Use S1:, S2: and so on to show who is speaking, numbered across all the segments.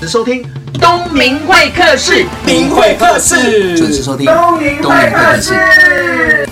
S1: 时收听东明会客室，
S2: 明慧课室
S3: 准时收听
S1: 东明会客室。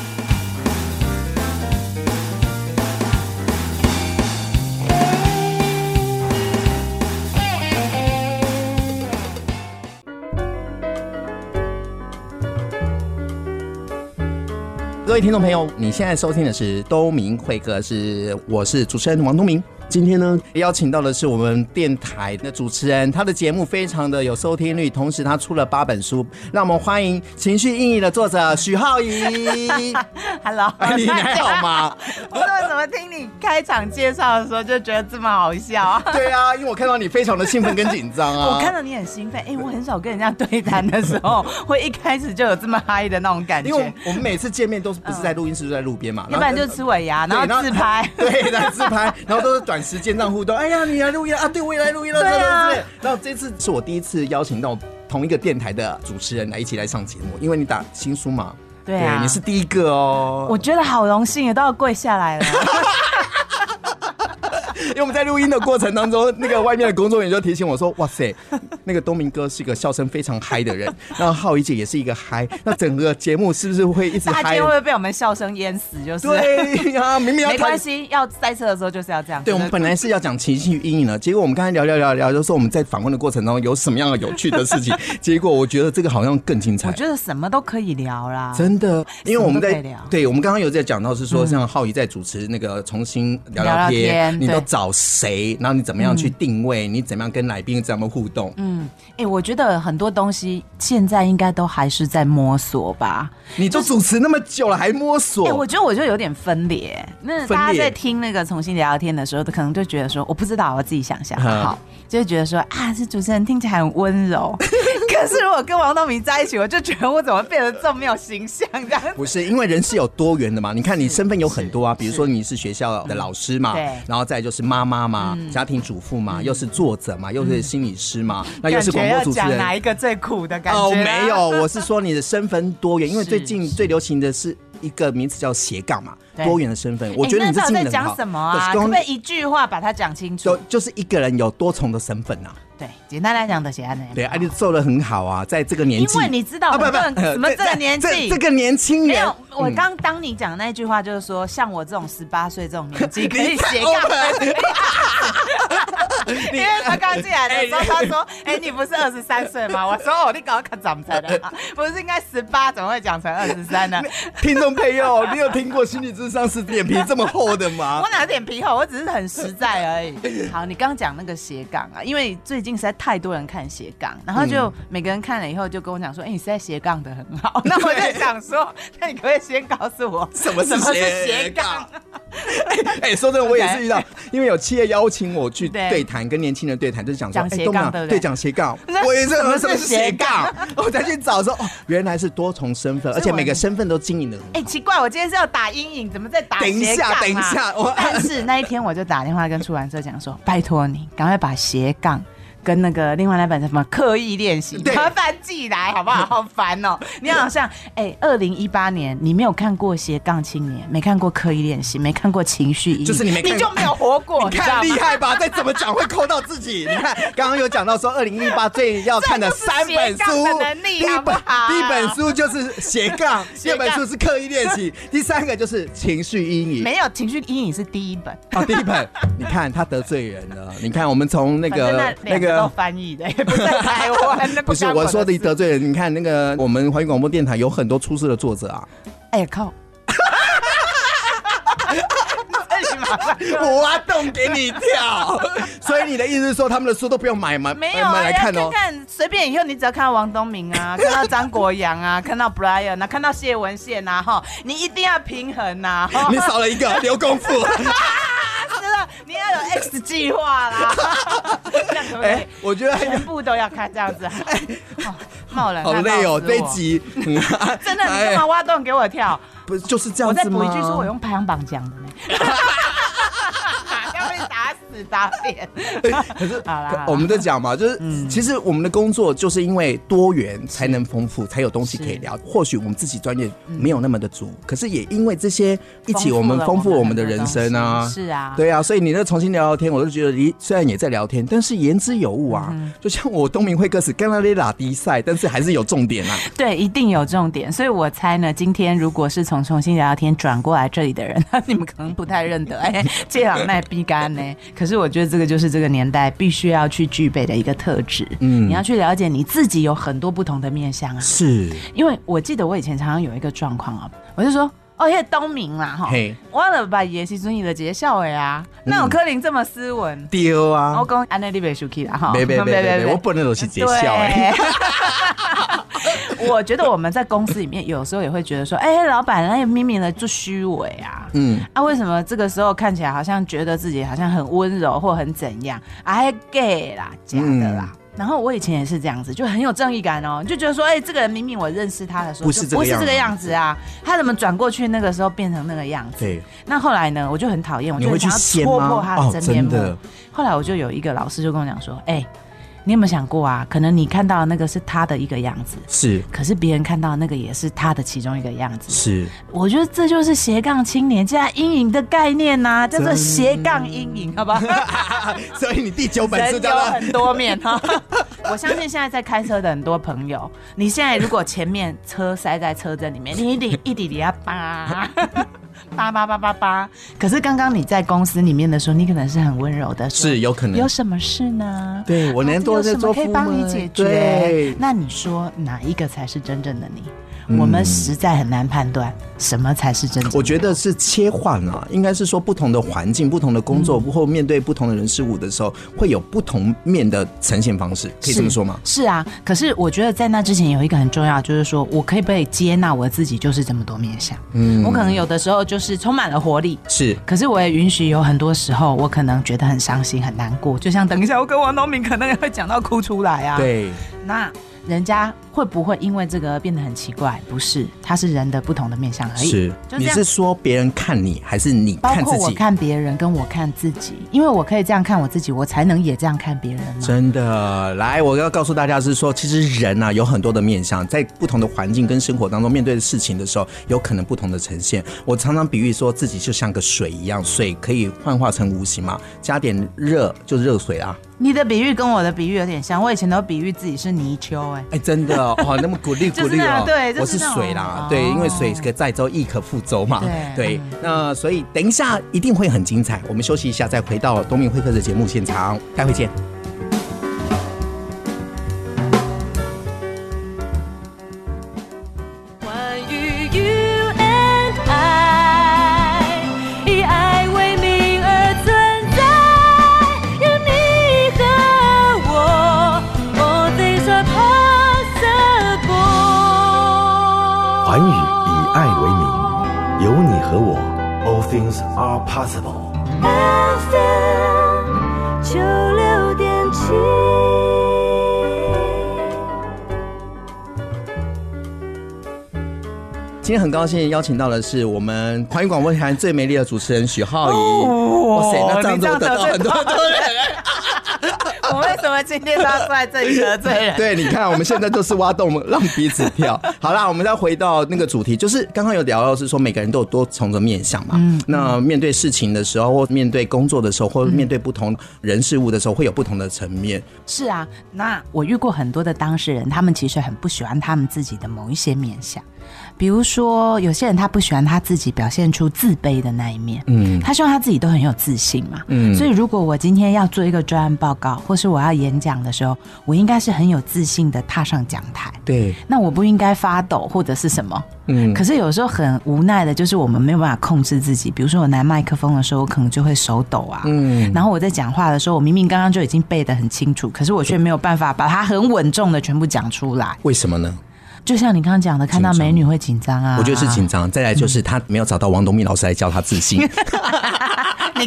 S3: 各位听众朋友，你现在收听的是东明会客室，我是主持人王东明。今天呢，邀请到的是我们电台的主持人，他的节目非常的有收听率，同时他出了八本书，让我们欢迎《情绪阴影》的作者许浩 怡。
S4: Hello，
S3: 哎你还好吗？
S4: 啊 我说怎么听你开场介绍的时候就觉得这么好笑啊？
S3: 对啊，因为我看到你非常的兴奋跟紧张啊。
S4: 我看到你很兴奋，哎、我很少跟人家对谈的时候会一开始就有这么嗨的那种感
S3: 因为
S4: 觉，
S3: 我们每次见面都是不是在录音室，就在路边嘛，
S4: 要不然就
S3: 吃。
S4: 吃尾牙，
S3: 对。
S4: 然后自拍
S3: 对，来自拍，然后都是短时间这样互动。哎呀，你来录音了啊？对，我也来录音了，
S4: 对啊
S3: 对对对。然后这次是我第一次邀请到同一个电台的主持人来一起来上节目，因为你打新书嘛，
S4: 对啊
S3: 你是第一个哦。
S4: 我觉得好荣幸，也都要跪下 来了。
S3: 因为我们在录音的过程当中，那个外面的工作人员就提醒我说：“哇塞，那个东明哥是一个笑声非常嗨的人，然后浩怡姐也是一个嗨，那整个节目是不是会一直
S4: 大家
S3: 嗨
S4: 今天会不？”会被我们笑声淹死？就是，
S3: 对呀、明明要
S4: 没关
S3: 谈
S4: 系，要赛车的时候就是要这样。
S3: 对，我们本来是要讲情绪阴影的，结果我们刚才聊聊聊聊，就说我们在访问的过程中有什么样的有趣的事 情，结果我觉得这个好像更精
S4: 我
S3: 彩。
S4: 觉得什么都可以聊啦。
S3: 真的，因为我们
S4: 什
S3: 在
S4: 么都可以聊嗯
S3: 对，我们刚刚有在讲到是说，像浩怡在主持那个重新聊
S4: 聊
S3: 聊
S4: 聊
S3: 天，
S4: 天
S3: 你都
S4: 对
S3: 找谁，然后你怎么样去定位，你怎么样跟来宾怎么互动，
S4: 嗯，哎、我觉得很多东西现在应该都还是在摸索吧。
S3: 你都主持那么久了还摸
S4: 哎、我
S3: 索，
S4: 觉得我就有点分裂。那
S3: 分
S4: 大
S3: 裂
S4: 家在听那个重新聊天的时候，可能就觉得说，我不知道，我自己想想
S3: 嗯
S4: 好，就会觉得说啊，这主持人听起来很 温柔。可是如果跟王东明在一起，我就觉得我怎么变得这么没有形象这 样子？
S3: 不是因为人是有多元的嘛？你看你身份有很多啊，比如说你是学校的老师嘛
S4: 对，嗯
S3: 然后再就是妈妈嘛，家庭主妇嘛，又是作者嘛，又是心理师嘛，那啊又是广
S4: 感觉
S3: 播
S4: 要
S3: 主持
S4: 讲
S3: 人。
S4: 哪一个最苦的感觉、啊
S3: 哦，没有，， 我是说你的身份多元，因为
S4: 是
S3: 最近最流行的是一个名词叫斜杠嘛，
S4: 对
S3: 多元的身份。我觉得
S4: 哎
S3: 你这
S4: 那到
S3: 经
S4: 底
S3: 营
S4: 在
S3: 得很好
S4: 讲什么啊？
S3: 对
S4: 可不可以一句话把它讲清楚
S3: 就？就是一个人有多重的身份啊，
S4: 对，简单来讲的写案呢？
S3: 对，啊，你做的很好啊，在这个年纪，
S4: 哦因为你知道
S3: 啊，不
S4: 很
S3: 不
S4: 多人，
S3: 呃
S4: 什么
S3: 对
S4: 这个年
S3: 这
S4: 纪
S3: 这个年轻
S4: 没
S3: 人
S4: 有，，我
S3: 嗯
S4: 刚当你讲那句话，就是说，像我这种十八岁这种年纪可以
S3: 你太
S4: 哎斜杠
S3: open
S4: 的，因为他刚进来的时候，他说：“哎，你不是二十三岁吗？”我说：“哦，你搞看长成 的，不是应该十八，怎么会讲成二十三呢？
S3: 听众朋友，你有听过心理智商是脸皮这么厚的吗
S4: 我？哪有点皮厚，我只是很实在而已。”好，你刚刚讲那个斜杠啊，因为最近实在太多人看斜杠，然后
S3: 嗯
S4: 就每个人看了以后就跟我讲说：“哎，你实在斜杠的很好。”那我就想说，那你可不可以先告诉我
S3: 什么是斜
S4: 斜
S3: 杠？哎、说真的，我也是遇到，因为有企业邀请我去
S4: 对
S3: 对谈，跟年轻人对谈，就是讲说，
S4: 讲斜
S3: 东
S4: 杠
S3: 马
S4: 对不对
S3: 对，讲斜杠，
S4: 那
S3: 我也是
S4: 什么
S3: 什么
S4: 是
S3: 是
S4: 斜
S3: 斜杠， 我再去找说，哦，原来是多重身份，而且
S4: 我
S3: 每个身份都经营的很好。
S4: 哎、奇怪，我今天是要打阴影，怎么在打、啊
S3: 等一下，等一。下，我
S4: 但是那一天我就打电话跟出版社讲说，拜托你赶快把斜杠。跟那个另外那本什么刻意练习，
S3: 对
S4: 麻烦寄来好不好？好 烦哦！你好像哎，二零一八年你没有看过斜杠青年，没看过刻意练习，没看过情绪阴影，
S3: 就是你没看
S4: 你就没有活过，
S3: 你
S4: 哎知道
S3: 看
S4: 吗
S3: 厉害吧？再怎么讲会扣到自己。你看，刚刚有讲到说，二零一八最要看的三本
S4: 这就是
S3: 书
S4: 斜杠的能，力
S3: 第一
S4: 好不
S3: 本
S4: 好
S3: 第一本书就是斜杠，第二
S4: 斜杠
S3: 本书是刻意练习，第三个就是情绪阴影。
S4: 没有情绪阴影是第一本，
S3: 哦，第一本，你看他得罪人 了。你看，我们从那
S4: 反正那
S3: 个
S4: 两个都翻译的，也不在台 湾，那
S3: 不是
S4: 干
S3: 我说的
S4: 事
S3: 得罪人，你看那个我们华语广播电台有很多出色的作者啊，
S4: 哎靠！你马上就
S3: 我挖洞给你 跳。所以你的意思是说，他们的书都不用买买
S4: 没
S3: 买
S4: 有啊，
S3: 买来看
S4: 要
S3: 哦？
S4: 看看随便以后你只要看到王东明 啊，看到张国阳啊，看到 Brian 啊，看到谢文宪啊，哈，你一定要平衡呐、啊，
S3: 你少了一 个刘功夫。
S4: 真的你要有 X 计划啦，这样可不可以？
S3: 哎，我觉得哎
S4: 全部都要看这样子，哦、冒冷汗
S3: 好累哦，
S4: 冒死
S3: 这一
S4: 我
S3: 集。嗯
S4: 真的，你干嘛
S3: 哎
S4: 挖洞给我跳？
S3: 不就是这
S4: 我
S3: 样
S4: 再
S3: 子吗？
S4: 补一句，说我用排行榜讲的呢，要被打死自发电。
S3: 可是
S4: 好啦好啦
S3: 我们在讲嘛，就是、其实我们的工作就是因为多元才能丰富，才有东西可以聊。或许我们自己专业没有那么的足，可是也因为这些一起，我们丰富我们的人生啊。
S4: 是啊，
S3: 对啊，所以你那重新聊聊天，我就觉得你虽然也在聊天，但是言之有物啊。就像我东明会歌词干拉雷拉迪赛，但是还是有重点啊。
S4: 对，一定有重点，所以我猜呢，今天如果是从重新聊聊天转过来这里的人， 你们可能不太认得，哎， 这朗奈必干呢。可是我觉得这个就是这个年代必须要去具备的一个特质，嗯，你要去了解你自己有很多不同的面相啊。
S3: 是，
S4: 因为我记得我以前常常有一个状况啊，我就说。哦，迄东明啦，吼
S3: 嘿，
S4: 我了把叶时阵伊就直接笑的啊，那有柯林这么斯文，
S3: 丢啊
S4: 我。讲安内你袂生气啦，哈，
S3: 别别别别别，
S4: 别
S3: 我不能都是揭笑哎。
S4: 对嗯 我觉得我们在公司里面有时候也会觉得说，哎、老板，那明明的就虚伪啊。
S3: 嗯，
S4: 啊，为什么这个时候看起来好像觉得自己好像很温柔或很怎样？哎、gay 啦，假的啦。
S3: 嗯
S4: 然后我以前也是这样子，就很有正义感哦，就觉得说，哎、这个人明明我认识他的时候
S3: 不是
S4: 就
S3: 这个
S4: 不是
S3: 样
S4: 这个
S3: 子
S4: 样子啊，他怎么转过去那个时候变成那个样子？
S3: 对，
S4: 那后来呢，我就很讨厌，我
S3: 你
S4: 就
S3: 会
S4: 很
S3: 去
S4: 想
S3: 掀
S4: 要戳
S3: 吗？
S4: 破他的
S3: 哦，
S4: 真面
S3: 真
S4: 目。
S3: 的，
S4: 后来我就有一个老师就跟我讲说，哎、你有没有想过啊？可能你看到的那个是他的一个样子，
S3: 是
S4: 可是别人看到的那个也是他的其中一个样子。
S3: 是。
S4: 我觉得这就是斜杠青年加阴影的概念呐、叫做斜杠阴影，好吧？
S3: 所以你第九本书
S4: 人有
S3: 叫做
S4: 很多面哈。 我相信现在在开车的很多朋友，你现在如果前面车塞在车阵里面，你一定一滴滴要叭 叭叭叭叭叭。可是刚刚你在公司里面的时候，你可能是很温柔的，说
S3: 是有可能
S4: 有什么事呢？
S3: 对我能多
S4: 做
S3: 在
S4: 什
S3: 做
S4: 么可以
S3: 父
S4: 帮你
S3: 母
S4: 解
S3: 对嗯
S4: 决。那你说哪一个才是真正的你？我们实在很难判断什么才是真正的
S3: 我觉得是切换啊，应该是说不同的环境、不同的工作，或面对不同的人事物的时候，会有不同面的呈现方式，可以这么说吗？
S4: 是？是啊，可是我觉得在那之前有一个很重要，就是说我可以被接纳我自己，就是这么多面相。嗯，我可能有的时候就是充满了活力。
S3: 是
S4: 可是我也允许有很多时候，我可能觉得很伤心、很难过，就像等一下我跟王东明可能也会讲到哭出来啊。，
S3: 对，
S4: 那人家会不会因为这个而变得很奇怪？不是，他是人的不同的面相而已。
S3: 是。
S4: 哎就这
S3: 你
S4: 样
S3: 是说别人看你，还是你
S4: 包
S3: 看
S4: 括
S3: 自
S4: 我
S3: 己？
S4: 看别人，跟我看自己，因为我可以这样看我自己，我才能也这样看别人嘛。
S3: 真的，来，我要告诉大家是说，其实人啊有很多的面相，在不同的环境跟生活当中面对的事情的时候，有可能不同的呈现。我常常比喻说自己就像个水一样，水可以幻化成无形嘛，加点热就热水啊。
S4: 你的比喻跟我的比喻有点像，我以前都比喻自己是泥鳅、哎，
S3: 哎，真的哦， 哇那么鼓励
S4: 就是
S3: 鼓励
S4: 那
S3: 哦
S4: 样，对就是
S3: 我是
S4: 那种
S3: 水啦
S4: 哦，
S3: 对，因为水可载舟亦可覆舟嘛，
S4: 对
S3: 对，那所以等一下一定会很精彩，我们休息一下，再回到东明会客的节目现场，待会见。
S5: 关于 You and I，以爱为名而存在，有你和我，All things are possible。
S6: 环宇以爱为名，有你和我，All things are possible。
S5: FM 九六点七。
S3: 今天很高兴邀请到的是我们环宇广播电台最美丽的主持人许浩怡。
S4: 哦
S3: 哇塞，那这样子我得到很多很多人。
S4: 我为什么今天都要坐在这里得罪人？
S3: 对，你看我们现在就是挖洞让彼此 跳。好啦，我们再回到那个主题，就是刚刚有聊到是说每个人都有多重的面相嘛。
S4: 嗯
S3: 那面对事情的时候，或面对工作的时候，或面对不同人事物的时候，会有不同的层面。
S4: 是啊，那我遇过很多的当事人，他们其实很不喜欢他们自己的某一些面相，比如说有些人他不喜欢他自己表现出自卑的那一面，嗯，他希望他自己都很有自信嘛，嗯，所以如果我今天要做一个专案报告，或是我要演讲的时候，我应该是很有自信的踏上讲台，
S3: 对，
S4: 那我不应该发抖或者是什么。嗯，可是有时候很无奈的，就是我们没有办法控制自己。比如说我拿麦克风的时候，我可能就会手抖啊。嗯，然后我在讲话的时候，我明明刚刚就已经背得很清楚，可是我却没有办法把它很稳重的全部讲出来。
S3: 为什么呢？
S4: 就像你刚刚讲的，看到美女会紧张啊。
S3: 我觉得是紧。张。再来就是他没有找到王东明老师来教他自信。
S4: 你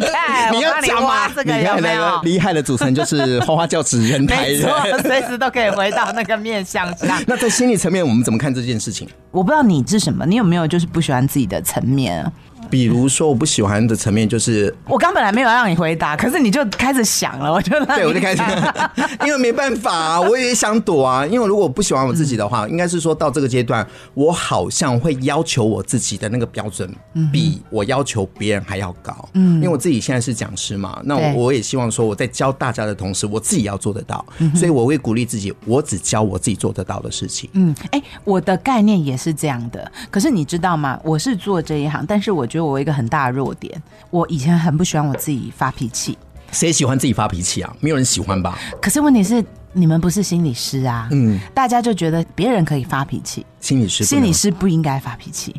S4: 看，
S3: 你
S4: 嗯我
S3: 要
S4: 帮你
S3: 讲
S4: 挖
S3: 嘛？
S4: 这
S3: 厉
S4: 个
S3: 害
S4: 有没
S3: 的
S4: 有？
S3: 厉害的主持人就是花花教子人台
S4: 没
S3: 人。
S4: 错，随时都可以回到那个面相上。
S3: 那在心理层面，我们怎么看这件事情？
S4: 我不知道你是什么，你有没有就是不喜欢自己的层面啊？
S3: 比如说我不喜欢的层面就是，
S4: 我刚本来没有让你回答，可是你就开始想了，我就让
S3: 对我就
S4: 啊你
S3: 开始， 因为没办法、我也想躲啊。因为如果我不喜欢我自己的话，应该是说到这个阶段，我好像会要求我自己的那个标准
S4: 嗯
S3: 比我要求别人还要高。嗯，因为我自己现在是讲师嘛，那
S4: 对
S3: 我我也希望说我在教大家的同时，我自己要做得到，
S4: 嗯
S3: 所以我会鼓励自己，我只教我自己做得到的事情。
S4: 嗯，哎、我的概念也是这样的。可是你知道吗？我是做这一行，但是我觉得我有一个很大的弱点，我以前很不喜欢我自己发脾气。
S3: 谁喜欢自己发脾气啊？没有人喜欢吧？
S4: 可是问题是，你们不是心理师啊，
S3: 嗯，
S4: 大家就觉得别人可以发脾气，
S3: 心理师不能，
S4: 心理师不应该发脾气，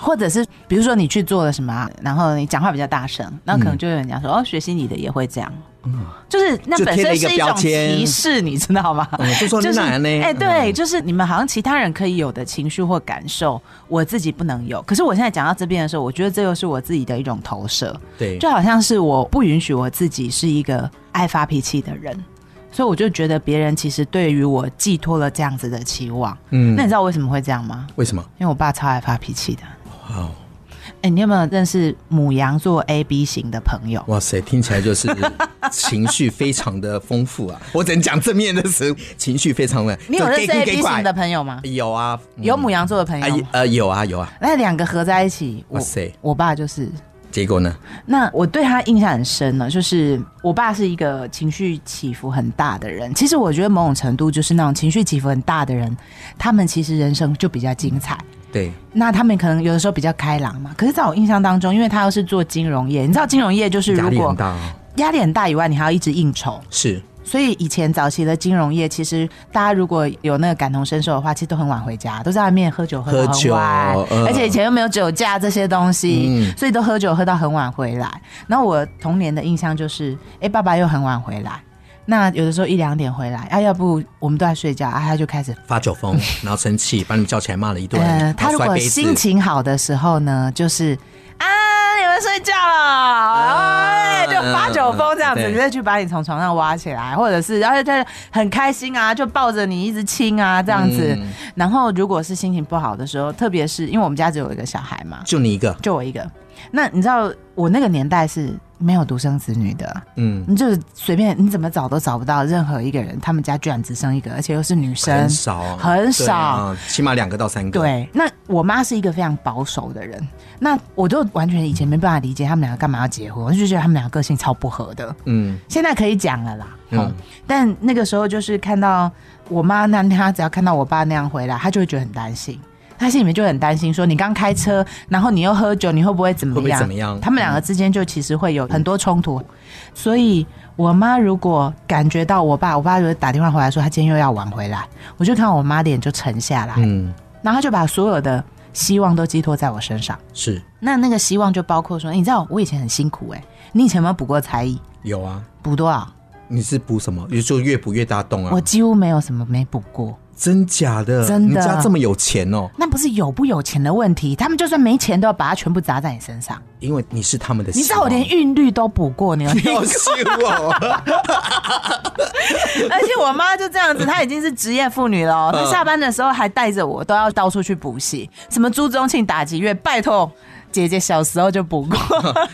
S4: 或者是比如说你去做了什么啊，然后你讲话比较大声，那可能就有人讲说、哦，学心理的也会这样。
S3: 嗯
S4: 就是那
S3: 就
S4: 本
S3: 贴了
S4: 身
S3: 一个
S4: 是一
S3: 标
S4: 种
S3: 签
S4: 歧视，你知道吗？
S3: 嗯就说你
S4: 是
S3: 哪呢
S4: 哎，
S3: 嗯
S4: 对， 就是你们好像其他人可以有的情绪或感受，我自己不能有。可是我现在讲到这边的时候，我觉得这又是我自己的一种投射，
S3: 对
S4: 就好像是我不允许我自己是一个爱发脾气的人，所以我就觉得别人其实对于我寄托了这样子的期望。
S3: 嗯
S4: 那你知道为什么会这样吗？
S3: 为什么？
S4: 因为我爸超爱发脾气的。
S3: 哦，
S4: 哎、你有没有认识母羊座 A B 型的朋友？
S3: 哇塞，听起来 就是情绪非常的丰富啊！我只能讲正面的词，情绪非常的。
S4: 你有认识
S3: 就
S4: A
S3: 给
S4: B
S3: 给拐
S4: 型的朋友吗？
S3: 有啊，嗯
S4: 有母羊座的朋
S3: 啊
S4: 友吗？
S3: 呃有啊有啊，
S4: 那两个合在一起，我
S3: 哇塞
S4: 我爸就是。
S3: 结果呢？
S4: 那我对他印象很深呢，就是我爸是一个情绪起伏很大的人。其实我觉得某种程度就是那种情绪起伏很大的人，他们其实人生就比较精彩。
S3: 对，
S4: 那他们可能有的时候比较开朗嘛，可是在我印象当中，因为他又是做金融业，你知道金融业就是
S3: 压
S4: 如
S3: 力
S4: 果
S3: 很大哦。
S4: 压力很大以外，你还要一直应酬，
S3: 是，
S4: 所以以前早期的金融业，其实大家如果有那个感同身受的话，其实都很晚回家，都在外面喝酒喝到
S3: 喝
S4: 很
S3: 酒
S4: 晚，
S3: 嗯
S4: 而且以前又没有酒驾这些东西，
S3: 嗯
S4: 所以都喝酒喝到很晚回来。然后我童年的印象就是，哎、爸爸又很晚回来，那有的时候一两点回来，啊，要不我们都在睡觉，啊，他就开始。
S3: 发酒 疯，然后生气，把你们叫起来骂了一顿，然
S4: 呃他
S3: 后
S4: 如
S3: 摔
S4: 果
S3: 杯子
S4: 心情好的时候呢，就是啊，你们睡觉了，哎、就发酒疯这样子，
S3: 啊对
S4: 你再去把你从床上挖起来，或者是然后他很开心啊，就抱着你一直亲啊这样子。
S3: 嗯
S4: 然后如果是心情不好的时候，特别是因为我们家只有一个小孩嘛，
S3: 就你一个，
S4: 就我一个。那你知道我那个年代是没有独生子女的，
S3: 嗯，
S4: 你就是随便你怎么找都找不到任何一个人，他们家居然只生一个，而且又是女生，
S3: 很少啊，
S4: 很少
S3: 对啊，起码两个到三个。，
S4: 对，那我妈是一个非常保守的人，那我就完全以前没办法理解他们两个干嘛要结婚，我就觉得他们两个个性超不合的。
S3: 嗯，
S4: 现在可以讲了啦，嗯，
S3: 嗯
S4: 但那个时候就是看到我妈那她只要看到我爸那样回来，她就会觉得很担心。她心里面就很担心，说你刚开车，然后你又喝酒，你会不会怎么
S3: 会不会
S4: 样？
S3: 怎么样嗯
S4: 他们两个之间就其实会有很多冲突，所以我妈如果感觉到我爸，我爸就会打电话回来说他今天又要晚回来，我就看我妈脸就沉下来，
S3: 嗯，
S4: 然后他就把所有的希望都寄托在我身上。
S3: 是
S4: 那那个希望就包括说，你知道我以前很辛苦哎、你以前有没有补过才艺？
S3: 有啊。
S4: 补多少？
S3: 你是补什么？就越补越大洞
S4: 我
S3: 啊！
S4: 几乎没有什么没补过。
S3: 真假的？
S4: 真的
S3: 你家这么有钱哦？
S4: 那不是有不有钱的问题，他们就算没钱都要把它全部砸在你身上。
S3: 因为你是他们的希
S4: 你
S3: 望，
S4: 知道我连韵律都补过， 你有 听？
S3: 要羞我，
S4: 而且我妈就这样子，她已经是职业妇女了哦，她下班的时候还带着我，都要到处去补习，什么朱宗庆打击乐，拜托。姐姐小时候就补过，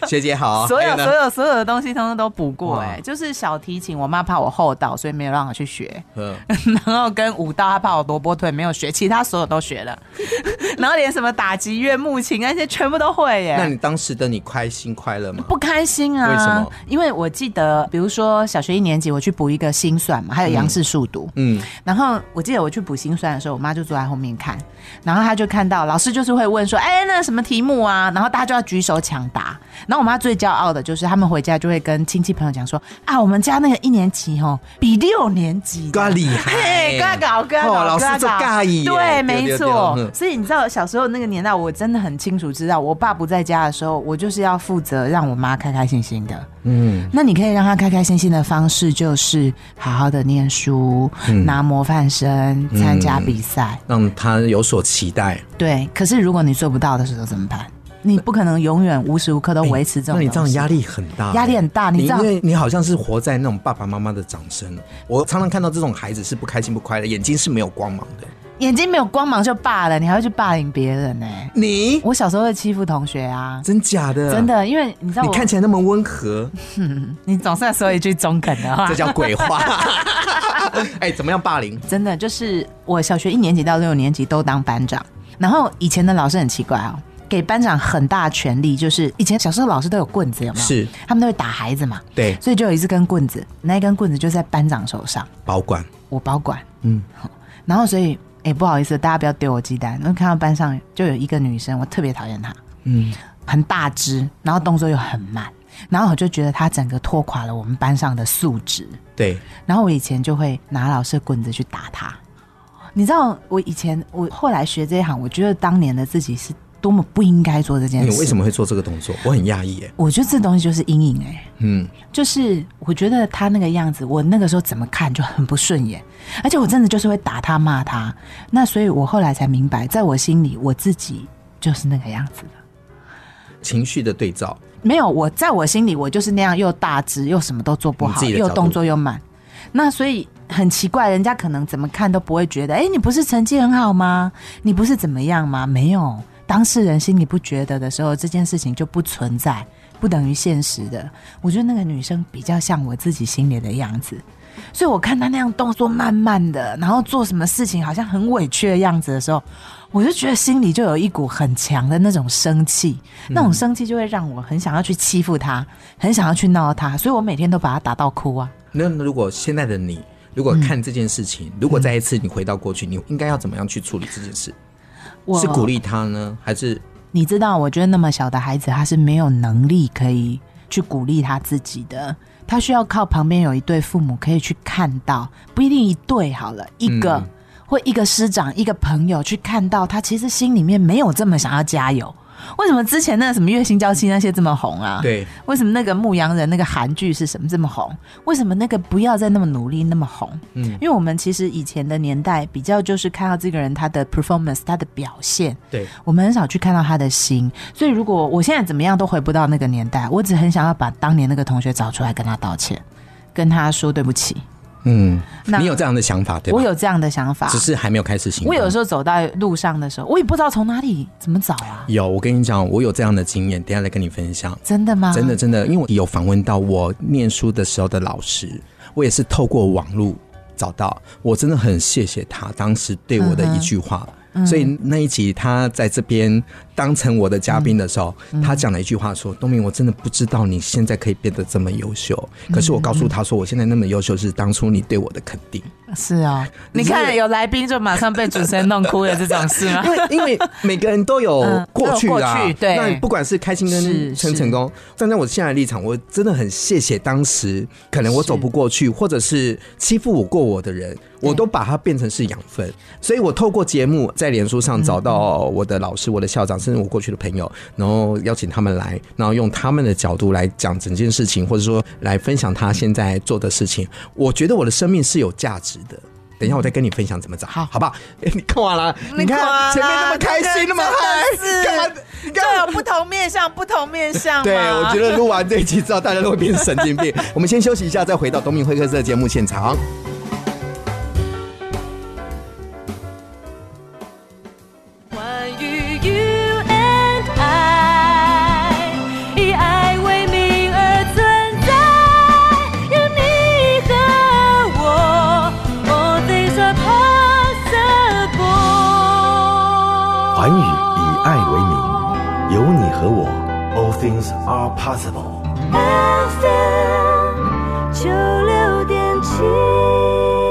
S3: 学姐好，
S4: 所有
S3: 还呢
S4: 所有所有的东西通通都补过、
S3: 哦哎哇
S4: 哎，就是小提琴，我妈怕我厚道，所以没有让我去学。
S3: 嗯
S4: 然后跟舞蹈，她怕我萝卜腿，没有学，其他所有都学了。 然后连什么打击乐、木琴那些全部都会耶、
S3: 那你当时的你开心快乐 吗？
S4: 不开心啊？
S3: 为什么？
S4: 因为我记得，比如说小学一年级，我去补一个心算嘛，还有杨氏数独。
S3: 嗯，
S4: 然后我记得我去补心算的时候，我妈就坐在后面看，然后她就看到老师就是会问说：“哎，那什么题目啊？”然后大家就要举手抢答。然后我妈最骄傲的就是他们回家就会跟亲戚朋友讲说：“啊，我们家那个一年级哦，比六年级
S3: 嘎
S4: 的。”
S3: 厉害，
S4: 嘿，嘎搞嘎搞，
S3: 哦老师
S4: 嘎搞
S3: 这尬意耶
S4: 对，没
S3: 对对
S4: 错
S3: 对嗯。
S4: 所以你知道小时候那个年代，我真的很清楚知道，我爸不在家的时候，我就是要负责让我妈开开心心的。
S3: 嗯，
S4: 那你可以让他开开心心的方式，就是好好的念书，
S3: 嗯
S4: 拿模范生，参加比赛。
S3: 让他有所期待。
S4: 对，可是如果你做不到的时候怎么办？你不可能永远无时无刻都维持这种、
S3: 哎那你这样压。力很大，
S4: 压力很大你
S3: 你
S4: 知
S3: 因
S4: 道
S3: 为你好像是活在那种爸爸妈妈的掌声。我常常看到这种孩子是不开心不快乐，眼睛是没有光芒的。
S4: 眼睛没有光芒就罢了，你还会去霸凌别人呢、
S3: 你
S4: 我小时候会欺负同学啊，
S3: 真假的？
S4: 真，的，因为你知道
S3: 你
S4: 我，
S3: 看起来那么温和，
S4: 你总算说一句中肯的话
S3: 这。叫鬼 话。 哎，怎么样霸凌？
S4: 真的就是我小学一年级到六年级都当班长，然后以前的老师很奇怪哦。给班长很大权力，就是以前小时候老师都有棍子，有没有？
S3: 是，
S4: 他们都会打孩子嘛。
S3: 对
S4: 所以就有一次根棍子，那一根棍子就在班长手上，
S3: 保管，
S4: 我保管。
S3: 嗯，
S4: 然后所以，哎、不好意思，大家不要丢我鸡蛋。然后看到班上就有一个女生，我特别讨厌她，
S3: 嗯，
S4: 很大只，然后动作又很慢，然后我就觉得她整个拖垮了我们班上的素质。
S3: 对，
S4: 然后我以前就会拿老师的棍子去打他。你知道，我以前我后来学这一行，我觉得当年的自己是多么不应该做这件
S3: 你
S4: 事。
S3: 哎为什？么会做这个动作？我很讶异哎。
S4: 我觉得这东西就是阴影哎、
S3: 嗯，
S4: 就是我觉得他那个样子，我那个时候怎么看就很不顺眼，而且我真的就是会打他骂他。那所以我后来才明白，在我心里我自己就是那个样子的。
S3: 情绪的对照，
S4: 没有，我在我心里我就是那样，又大只又什么都做不
S3: 你
S4: 好，
S3: 自己的角
S4: 又
S3: 度
S4: 动作又慢。那所以很奇怪，人家可能怎么看都不会觉得，哎，你不是成绩很好吗？你不是怎么样吗？没有，当事人心里不觉得的时候，这件事情就不存在，不等于现实的。我觉得那个女生比较像我自己心里的样子。所以我看她那样动作慢慢的，然后做什么事情好像很委屈的样子的时候，我就觉得心里就有一股很强的那种生气，那种生气就会让我很想要去欺负她，很想要去闹她，所以我每天都把她打到哭啊。
S3: 那那如果现在的你，如果看这件事情，
S4: 嗯
S3: 如果再一次你回到过去，你应该要怎么样去处理这件事？
S4: 我
S3: 是鼓励他呢，还是
S4: 你知道，我觉得那么小的孩子，他是没有能力可以去鼓励他自己的，他需要靠旁边有一对父母可以去看到，不一定一对好了，一个、
S3: 嗯
S4: 或一个师长、一个朋友去看到他，其实心里面没有这么想要加油。为什么之前那个什么月薪娇妻那些这么红啊？
S3: 对
S4: 为什么那个牧羊人那个韩剧是什么这么红？为什么那个不要再那么努力那么红？嗯，因为我们其实以前的年代比较就是看到这个人他的 performance 他的表现，
S3: 对
S4: 我们很少去看到他的心。所以如果我现在怎么样都回不到那个年代，我只很想要把当年那个同学找出来跟他道歉，跟他说对不起。
S3: 嗯，
S4: 那
S3: 你有这样的想法对吧？
S4: 我有，这样的想法
S3: 只。是还没有开始行动。
S4: 我有时候走到路上的时候，我也不知道从哪里怎么找啊。
S3: 有，我跟你讲，我有这样的经验，等一下来跟你分享。
S4: 真的吗？
S3: 真的真的，因为我有访问到我念书的时候的老师，我也是透过网络找到，我真的很谢谢他当时对我的一句话。所以那一集他在这边当成我的嘉宾的时候，他讲了一句话说：“东明，我真的不知道你现在可以变得这么优秀。可是我告诉他说，我现在那么优秀是当初你对我的肯定。
S4: 是啊、你看有来宾就马上被主持人弄哭了，这种事吗？
S3: 因为因为每个人都有
S4: 啊嗯
S3: 过去啦，
S4: 都有过去对
S3: 那不管是开心跟
S4: 是
S3: 成
S4: 是
S3: 成功，站在我现在的立场，我真的很谢谢当时可能我走不过去，或者是欺负我过我的人，我都把它变成是养分。所以我透过节目在脸书上找到
S4: 嗯
S3: 我的老师、我的校长，甚至我过去的朋友，然后邀请他们来，然后用他们的角度来讲整件事情，或者说来分享他现在做的事情。我觉得我的生命是有价值的。等一下，我再跟你分享怎么找，好，好不 好？哎你看完了，你看前面那么开心，那么嗨，干嘛？你干嘛？
S4: 啊不同面相，不同面相
S3: 对，我觉得录完这一集之后，大家都会变神经病。我们先休息一下，再回到东明会客室的节目现场。
S5: 关于 you and I，以爱为名而存在，有你和我，All things are possible。
S6: 环宇以爱为名，有你和我，All things are possible。
S5: FM 九六点七。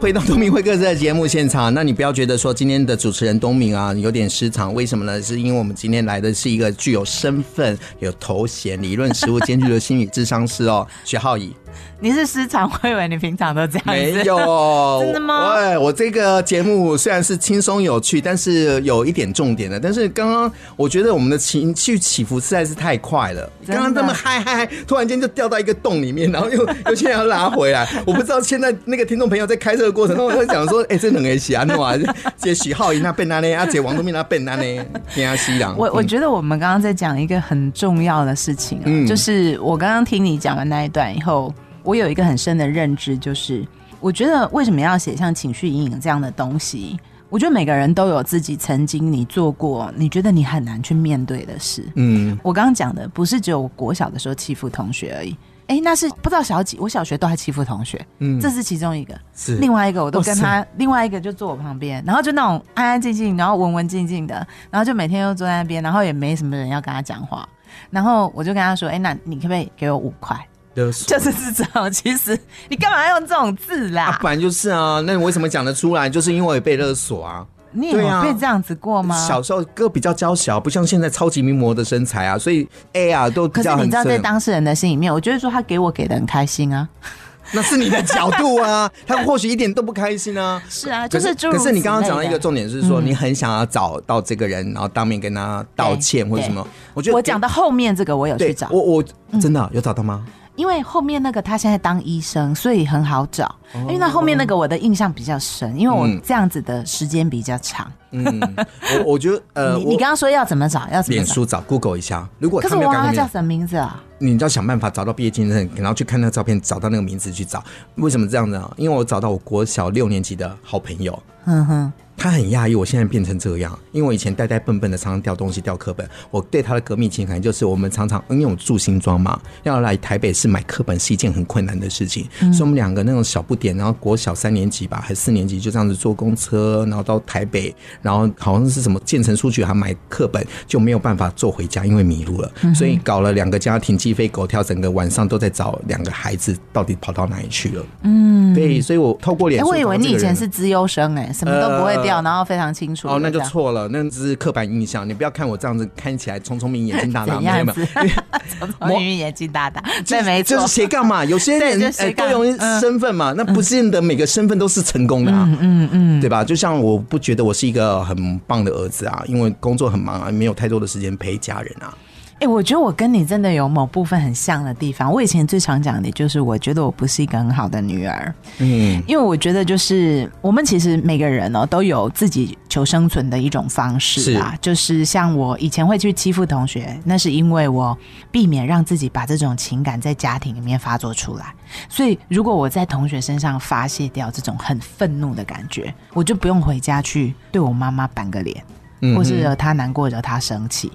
S3: 回到东明会客室的节目现场，那你不要觉得说今天的主持人东明啊有点失常，为什么呢？是因为我们今天来的是一个具有身份、有头衔、理论实务兼具的心理智商师哦，徐浩宇。
S4: 你是时常会以为你平常都这样子，
S3: 没有，
S4: 真的吗
S3: 哎，我这个节目虽然是轻松有趣，但是有一点重点的。但是刚刚我觉得我们的情绪起伏实在是太快了，
S4: 真的
S3: 刚刚这么嗨嗨，嗨，突然间就掉到一个洞里面，然后又又现在要拉回来。我不知道现在那个听众朋友在开车的过程中，在讲说，哎、这两个喜安诺啊，这徐浩怡那笨那呢，啊，这王东明那笨那呢，跟他西洋。
S4: 我我
S3: 嗯
S4: 觉得我们刚刚在讲一个很重要的事情、啊，
S3: 嗯
S4: 就是我刚刚听你讲完那一段以后，我有一个很深的认知，就是我觉得为什么要写像情绪阴影这样的东西？我觉得每个人都有自己曾经你做过，你觉得你很难去面对的事。
S3: 嗯，
S4: 我刚刚讲的不是只有我国小的时候欺负同学而已，哎、那是不知道小几，我小学都还欺负同学，
S3: 嗯
S4: 嗯，这是其中一个。
S3: 是哦
S4: 另外一个我都跟他，另外一个就坐我旁边，然后就那种安安静静，然后文文静静的，然后就每天都坐在那边，然后也没什么人要跟他讲话，然后我就跟他说，哎、那你可不可以给我五块？
S3: 的
S4: 就是这种，其实你干嘛用这种字啦？
S3: 啊，本来就是啊，那你为什么讲得出来？就是因为我也被勒索啊。
S4: 你有
S3: 对啊
S4: 被这样子过吗？
S3: 小时候哥比较娇小，不像现在超级名模的身材啊，所以 A 啊都
S4: 可
S3: 比
S4: 是
S3: 较
S4: 你
S3: 很
S4: 知道，在
S3: 正。
S4: 当事人的心里面，我觉得说他给我给的很开心啊。
S3: 那是你的角度 啊，他或许一点都不开心啊。
S4: 是啊，
S3: 可
S4: 就是诸如
S3: 可是你刚刚
S4: 此类
S3: 讲到一
S4: 的
S3: 个重点是说，你很想要找到这个人，然后当面跟他道歉
S4: 嗯对
S3: 或者什么。我觉得
S4: 我讲到后面这个，我有去
S3: 对
S4: 找，嗯
S3: 我我真的有找到吗？
S4: 因为后面那个他现在当医生，所以很好找。因为那后面那个我的印象比较深，因为我
S3: 哦嗯
S4: 这样子的时间比较长。
S3: 我我觉得呃，
S4: 你你
S3: 我
S4: 刚刚说要怎么找，要怎么
S3: 脸
S4: 找？
S3: 书找 Google 一下，如果
S4: 可
S3: 他
S4: 是
S3: 没
S4: 我
S3: 有
S4: 忘
S3: 改
S4: 了
S3: 过
S4: 他叫
S3: 名，
S4: 什么名字啊？
S3: 你要想办法找到毕业纪念证，然后去看那个照片，找到那个名字去找。为什么这样呢？因为我找到我国小六年级的好朋友，
S4: 嗯哼，
S3: 他很讶异，我现在变成这样，因为我以前呆呆笨笨的，常常掉东西、掉课本。我对他的革命情感就是，我们常常因为我住新庄嘛，要来台北市买课本是一件很困难的事情，
S4: 嗯
S3: 所以我们两个那种小不点，然后国小三年级吧，还是四年级，就这样子坐公车，然后到台北，然后好像是什么建成书局还买课本，就没有办法坐回家，因为迷路了，
S4: 嗯
S3: 所以搞了两个家庭鸡飞狗跳，整个晚上都在找两个孩子到底跑到哪里去了。嗯，对，所以我透过脸
S4: 哎，
S3: 书找
S4: 我
S3: 到这
S4: 以
S3: 个人，
S4: 为你以前是资优生，哎，什么都不会掉，
S3: 呃
S4: 然后非常清楚的
S3: 哦，
S4: 这样。
S3: 那就错了，那只是刻板印象。你不要看我这样子，看起来聪聪明、眼睛大大，
S4: 怎
S3: 没有
S4: 样
S3: 没有
S4: 子， 我明明眼睛大大，对，没错，
S3: 就是斜杠嘛。有些人
S4: 对就是斜
S3: 哎
S4: 杠
S3: 多元身份嘛，那不见得每个身份都是成功的啊，嗯嗯，对吧？就像我不觉得我是一个很棒的儿子啊，因为工作很忙啊，没有太多的时间陪家人啊。
S4: 哎、我觉得我跟你真的有某部分很像的地方。我以前最常讲的就是，我觉得我不是一个很好的女儿，
S3: 嗯，
S4: 因为我觉得就是我们其实每个人哦都有自己求生存的一种方式啊。就是像我以前会去欺负同学，那是因为我避免让自己把这种情感在家庭里面发作出来。所以如果我在同学身上发泄掉这种很愤怒的感觉，我就不用回家去对我妈妈板个脸。或是惹他难过、惹他生气。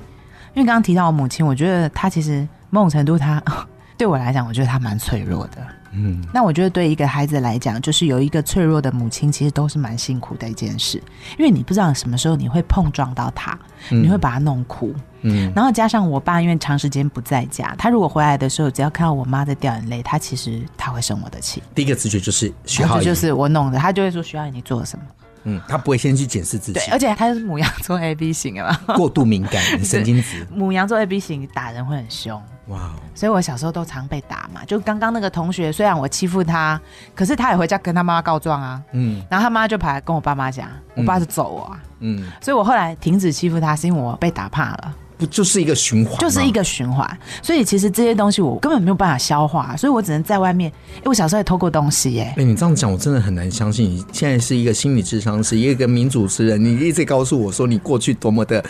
S4: 因为刚刚提到我母亲，我觉得她其实某种程度她， 对我来讲，我觉得她蛮脆弱的。嗯，那我觉得对一个孩子来讲，就是有一个脆弱的母亲，其实都是蛮辛苦的一件事，因为你不知道什么时候你会碰撞到她，你会把她弄哭。嗯，然后加上我爸，因为长时间不在家，他如果回来的时候，只要看到我妈在掉眼泪，他其实他会生我的气，
S3: 第一个直觉就是徐
S4: 然后
S3: 浩
S4: 这
S3: 宇，
S4: 就是我弄的，他就会说：“徐浩宇，你做了什么
S3: 嗯，他不会先去检视自？”己
S4: 对，，而且他是母羊座 A B 型的嘛，
S3: 过度敏感，神经质，
S4: 母羊座 A B 型打人会很凶，
S3: 哇哦，
S4: 所以我小时候都常被打嘛。就刚刚那个同学，虽然我欺负他，可是他也回家跟他妈妈告状啊。
S3: 嗯
S4: 然后他妈就跑来跟我爸妈讲，我爸就揍我啊。
S3: 嗯，
S4: 所以我后来停止欺负他，是因为我被打怕了，
S3: 不就是一个循环吗，
S4: 就是一个循环。所以其实这些东西我根本没有办法消化，所以我只能在外面。哎，我小时候也偷过东西耶、
S3: 哎、你这样讲，我真的很难相信。你现在是一个心理智商师，一个民主持人，你一直告诉我说你过去多么的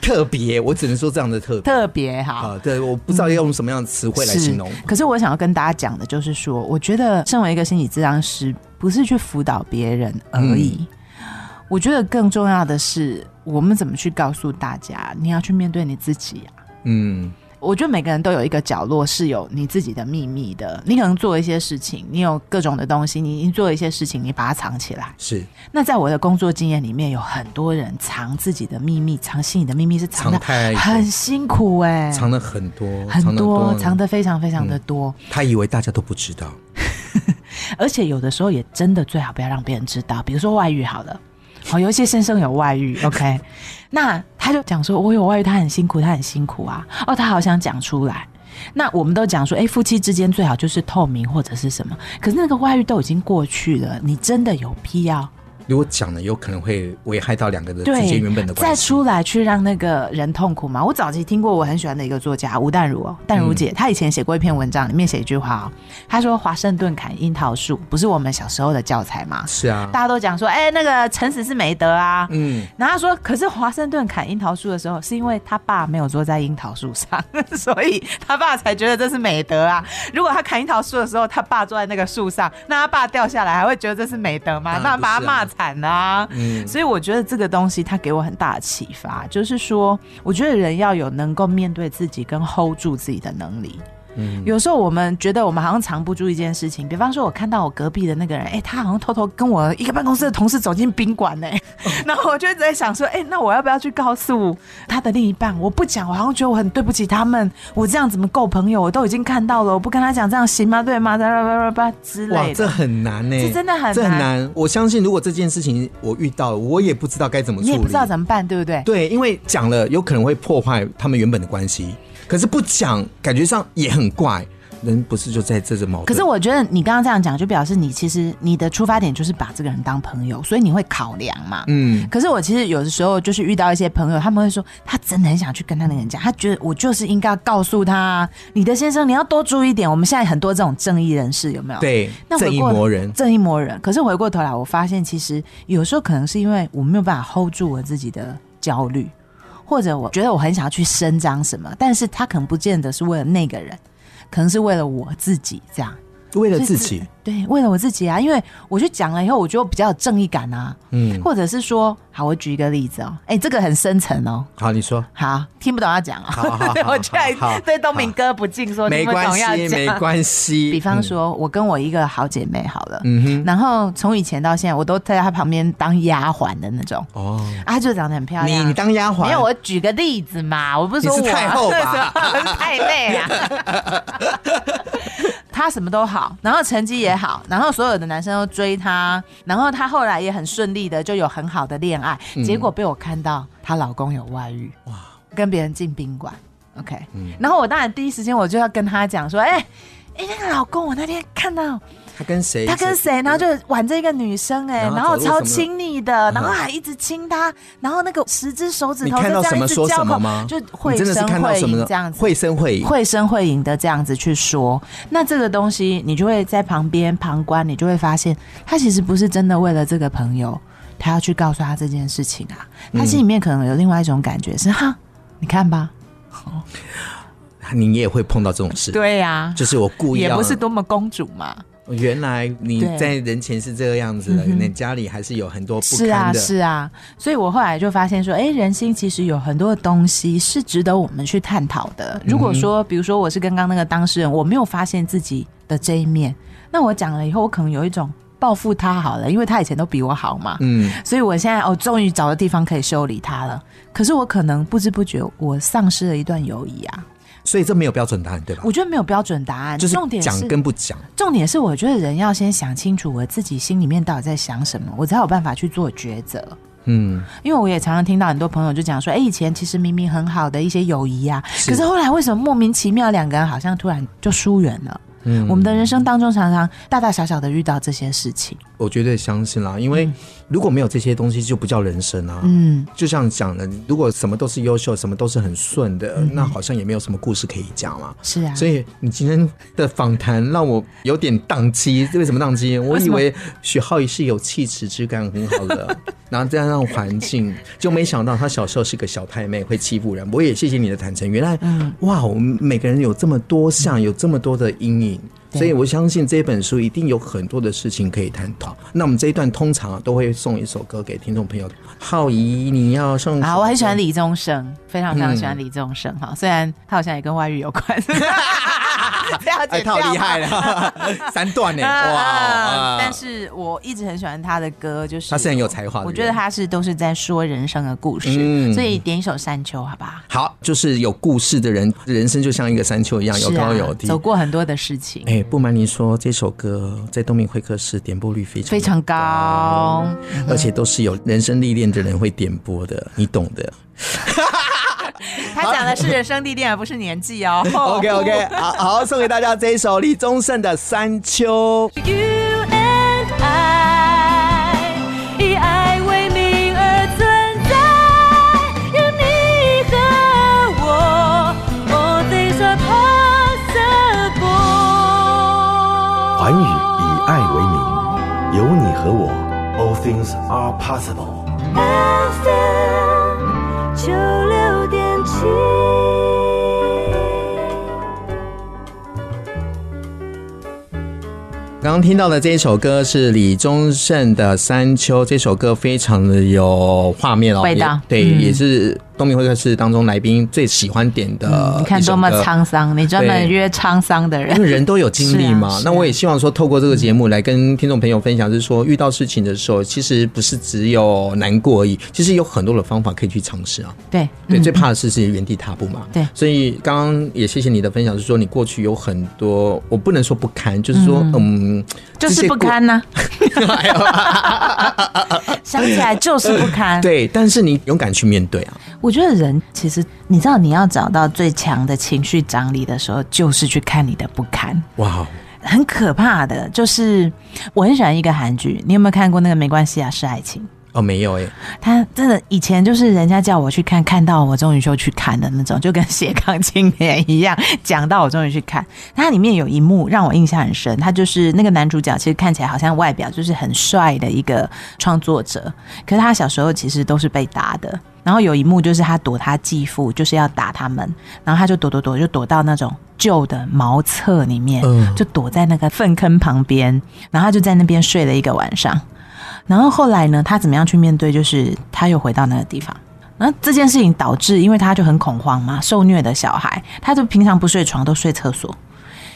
S3: 特别，我只能说这样的特别
S4: 特别好。
S3: 啊。对，我不知道要用什么样的词汇来
S4: 是
S3: 形容。
S4: 可是我想要跟大家讲的就是说，我觉得身为一个心理治疗师，不是去辅导别人而已。
S3: 嗯
S4: 我觉得更重要的是，我们怎么去告诉大家，你要去面对你自己啊。
S3: 嗯，
S4: 我觉得每个人都有一个角落是有你自己的秘密的，你可能做一些事情，你有各种的东西，你你做一些事情，你把它藏起来。
S3: 是
S4: 那在我的工作经验里面，有很多人藏自己的秘密，藏心里的秘密是藏的
S3: 藏太久
S4: 很辛苦哎、
S3: 藏了很多，嗯
S4: 很多，
S3: 藏
S4: 藏
S3: 的
S4: 的非常非常的多。
S3: 他以为大家都不知道。
S4: 而且有的时候也真的最好不要让别人知道，比如说外遇好了。好，有一些先生有外遇 ，OK，那他就讲说，我有外遇，他很辛苦，他很辛苦啊，哦，他好想讲出来。那我们都讲说，哎、夫妻之间最好就是透明或者是什么，可是那个外遇都已经过去了，你真的有必要
S3: 如果讲了，有可能会危害到两个人之
S4: 对，
S3: 间呃原本的
S4: 再
S3: 关系。
S4: 出来去让那个人痛苦嘛。我早期听过我很喜欢的一个作家吴淡如哦，淡如
S3: 嗯
S4: 姐，她以前写过一篇文章，里面写一句话哦，她说华盛顿砍樱桃树不是我们小时候的教材吗？
S3: 是啊，
S4: 大家都讲说，哎、那个诚实是美德啊。
S3: 嗯，
S4: 然后他说，可是华盛顿砍樱桃树的时候，是因为他爸没有坐在樱桃树上， 所以他爸才觉得这是美德啊。如果他砍樱桃树的时候，他爸坐在那个树上，那他爸掉下来还会觉得这是美德吗？
S3: 当
S4: 那
S3: 然不是
S4: 把
S3: 啊
S4: 他骂惨啊。
S3: 嗯
S4: 所以我觉得这个东西它给我很大的启发，就是说，我觉得人要有能够面对自己跟 hold 住自己的能力。有时候我们觉得我们好像藏不住一件事情，比方说，我看到我隔壁的那个人，哎、他好像偷偷跟我一个办公室的同事走进宾 馆呢，然后我就一直在想说，哎、那我要不要去告诉他的另一半？我不讲，我好像觉得我很对不起他们，我这样怎么够朋友？我都已经看到了，我不跟他讲，这样行吗？对吗？叭叭叭叭叭之
S3: 哇，
S4: 类
S3: 这
S4: 的。
S3: 很难呢、
S4: 这真的很难
S3: 这很难。我相信，如果这件事情我遇到了，我也不知道该怎么处
S4: 你
S3: 理，
S4: 也不知道怎么办，对不对？
S3: 对，因为讲了有可能会破坏他们原本的关系，可是不讲，感觉上也很怪。人不是就在这种矛盾？
S4: 可是我觉得你刚刚这样讲，就表示你其实你的出发点就是把这个人当朋友，所以你会考量嘛。
S3: 嗯，
S4: 可是我其实有的时候就是遇到一些朋友，他们会说他真的很想去跟他那个人讲，他觉得我就是应该要告诉他，啊你的先生你要多注意一点。我们现在很多这种正义人士有没有？，
S3: 对，
S4: 哦那
S3: 正
S4: 回
S3: 义
S4: 过
S3: 魔人，
S4: 正义魔人。可是回过头来，我发现其实有时候可能是因为我没有办法 hold 住我自己的焦虑，或者我觉得我很想要去伸张什么，但是他可能不见得是为了那个人，可能是为了我自己这样。
S3: 为了
S4: 所以
S3: 自
S4: 这
S3: 己，
S4: 对，为了我自己啊，因为我去讲了以后，我觉得我比较有正义感啊，
S3: 嗯，
S4: 或者是说，好，我举一个例子哦，哎，这个很深层哦，
S3: 好，你说，
S4: 好，听不懂要讲
S3: 好好好
S4: 哦，对，我现
S3: 好好
S4: 在对东明哥不敬说
S3: 没
S4: 听不懂
S3: 关
S4: 要
S3: 系，没
S4: 讲。
S3: 关系。
S4: 比方说，我跟我一个好姐妹好了，
S3: 嗯，嗯哼，
S4: 然后从以前到现在，我都在她旁边当丫鬟的那种，
S3: 哦，
S4: 啊，她就长得很漂
S3: 你
S4: 亮。
S3: 你当丫鬟，
S4: 没有，我举个例子嘛，我不是说我啊
S3: 你是太后吧
S4: 我是太妹啊。 她什么都好，然后成绩也好，然后所有的男生都追她，然后她后来也很顺利的就有很好的恋爱，
S3: 嗯
S4: 结果被我看到她老公有外遇，哇，跟别人进宾馆，OK，、
S3: 嗯
S4: 然后我当然第一时间我就要跟她讲说，哎、哎、那个老公，我那天看到
S3: 他跟谁？
S4: 他跟谁，然后就挽着一个女生、哎，
S3: 然后
S4: 然后
S3: 走路什么
S4: 超亲昵的，
S3: 嗯
S4: 然后还一直亲她，然后那个十只手指
S3: 你
S4: 头
S3: 看
S4: 就
S3: 到
S4: 这
S3: 什
S4: 样
S3: 么
S4: 一直
S3: 说
S4: 交
S3: 什么
S4: 口
S3: 吗？
S4: 就
S3: 你
S4: 绘
S3: 真的是
S4: 声
S3: 看到
S4: 绘
S3: 什么
S4: 影
S3: 呢
S4: 这样子，
S3: 绘声绘影，
S4: 绘声绘影的这样子去说。那这个东西，你就会在旁边旁观，你就会发现，他其实不是真的为了这个朋友，他要去告诉他这件事情啊，他心里面可能有另外一种感觉是哈，你看吧，
S3: 你也会碰到这种事。，
S4: 对呀、
S3: 就是我故意
S4: 也
S3: 要
S4: 不是多么公主嘛。
S3: 原来你
S4: 对
S3: 在人前是这个样子的，
S4: 嗯哼
S3: 你家里还是有很多不
S4: 是啊，
S3: 堪的。
S4: 是啊，所以我后来就发现说，哎，人心其实有很多的东西是值得我们去探讨
S3: 嗯
S4: 的。如果说，比如说我是刚刚那个当事人，我没有发现自己的这一面，那我讲了以后，我可能有一种报复他好了，因为他以前都比我好嘛，
S3: 嗯，
S4: 所以我现在哦，终于找到地方可以修理他了。可是我可能不知不觉，我丧失了一段友谊啊。
S3: 所以这没有标准答案，对吧？
S4: 我觉得没有标准答案，
S3: 就是
S4: 重点
S3: 讲
S4: 是
S3: 跟不讲，
S4: 重点是，我觉得人要先想清楚我自己心里面到底在想什么，我才有办法去做抉择。
S3: 嗯，
S4: 因为我也常常听到很多朋友就讲说，哎、以前其实明明很好的一些友谊啊，可是后来为什么莫名其妙两个人好像突然就疏远了？嗯，我们的人生当中常常大大小小的遇到这些事情。
S3: 我绝对相信啦，因为如果没有这些东西，就不叫人生啊。
S4: 嗯，
S3: 就像讲的，如果什么都是优秀，什么都是很顺的，那好像也没有什么故事可以讲嘛。
S4: 嗯是啊，
S3: 所以哎你今天的访谈让我有点宕机，为什么宕机？我以为许浩宇是有气质、质感很好 的，然后再加上环境，就没想到他小时候是个小太妹，会欺负人。我也谢谢你的坦诚，原来、
S4: 嗯
S3: 哇，我们每个人有这么多项，有这么多的阴影。
S4: 对
S3: 所以我相信这本书一定有很多的事情可以探讨。那我们这一段通常都会送一首歌给听众朋友。浩怡，你要送
S4: 啊，
S3: 什么
S4: 我很喜欢李宗盛，非常非常
S3: 嗯
S4: 喜欢李宗盛哈、虽然他好像也跟外遇 有关，不要
S3: 哎，
S4: 剪
S3: 他好
S4: 掉
S3: 厉
S4: 嘛
S3: 害了， 三段呢，
S4: 啊
S3: 哇！哦嗯
S4: 但是我一直很喜欢他的歌，就是
S3: 他是很有才华的人
S4: 我觉得他是都是在说人生的故事，
S3: 嗯啊
S4: 所以点一首《山丘》好不好？
S3: 好，就是有故事的人，人生就像一个山丘一样，有
S4: 是啊
S3: 高有低。
S4: 走过很多的事情，
S3: 哎，不瞒您说，这首歌在东明会客室点播率非常
S4: 非常嗯高。
S3: 高，而且都是有人生历练的人会点播的，你懂的。
S4: 他讲的是人生历练，而不是年纪哦。
S3: OK OK，好 好送给大家这一首李宗盛的《山丘》。
S5: You and I，以爱
S6: things are possible.
S5: FM 九六点七。
S3: 刚刚听到的这一首歌是李宗盛的《山丘》，这首歌非常的有画面哦，
S4: 味道
S3: 也对，
S4: 嗯
S3: 也是东明会客室当中来宾最喜欢点的、
S4: 嗯你看多么沧。桑，你专门
S3: 对
S4: 约沧桑的
S3: 因为
S4: 人，
S3: 人都有经历嘛，
S4: 是啊是啊
S3: 那我也希望说，透过这个节目来跟听众朋友分享，就是说遇到事情的时候，其实不是只有难过而已，其实有很多的方法可以去尝试啊。
S4: 对
S3: 对，
S4: 嗯
S3: 最怕的是是原地踏步嘛。
S4: 对
S3: 所以刚刚也谢谢你的分享，是说你过去有很多，我不能说不堪，就是说，嗯，这
S4: 就是
S3: 些
S4: 不
S3: 过
S4: 堪呐、
S3: 哎呦
S4: 想起来就是不堪。
S3: 对，但是你勇敢去面对啊，
S4: 我觉得人其实，你知道，你要找到最强的情绪张力的时候，就是去看你的不堪。
S3: 哇，哦
S4: 很可怕的，就是我很喜欢一个韩剧，你有没有看过那个《没关系啊，是爱情》？
S3: 哦，没有哎、
S4: 他真的以前就是人家叫我去看，看到我终于就去看的那种，就跟斜杠青年一样， 讲到我终于去看。它里面有一幕让我印象很深，他就是那个男主角，其实看起来好像外表就是很帅的一个创作者，可是他小时候其实都是被打的。然后有一幕就是他躲他继父，就是要打他们，然后他就躲躲躲，就躲到那种旧的茅厕里面，
S3: 嗯
S4: 就躲在那个粪坑旁边，然后他就在那边睡了一个晚上。然后后来呢，他怎么样去面对？就是他又回到那个地方。然后这件事情导致，因为他就很恐慌嘛，受虐的小孩，他就平常不睡床，都睡厕所。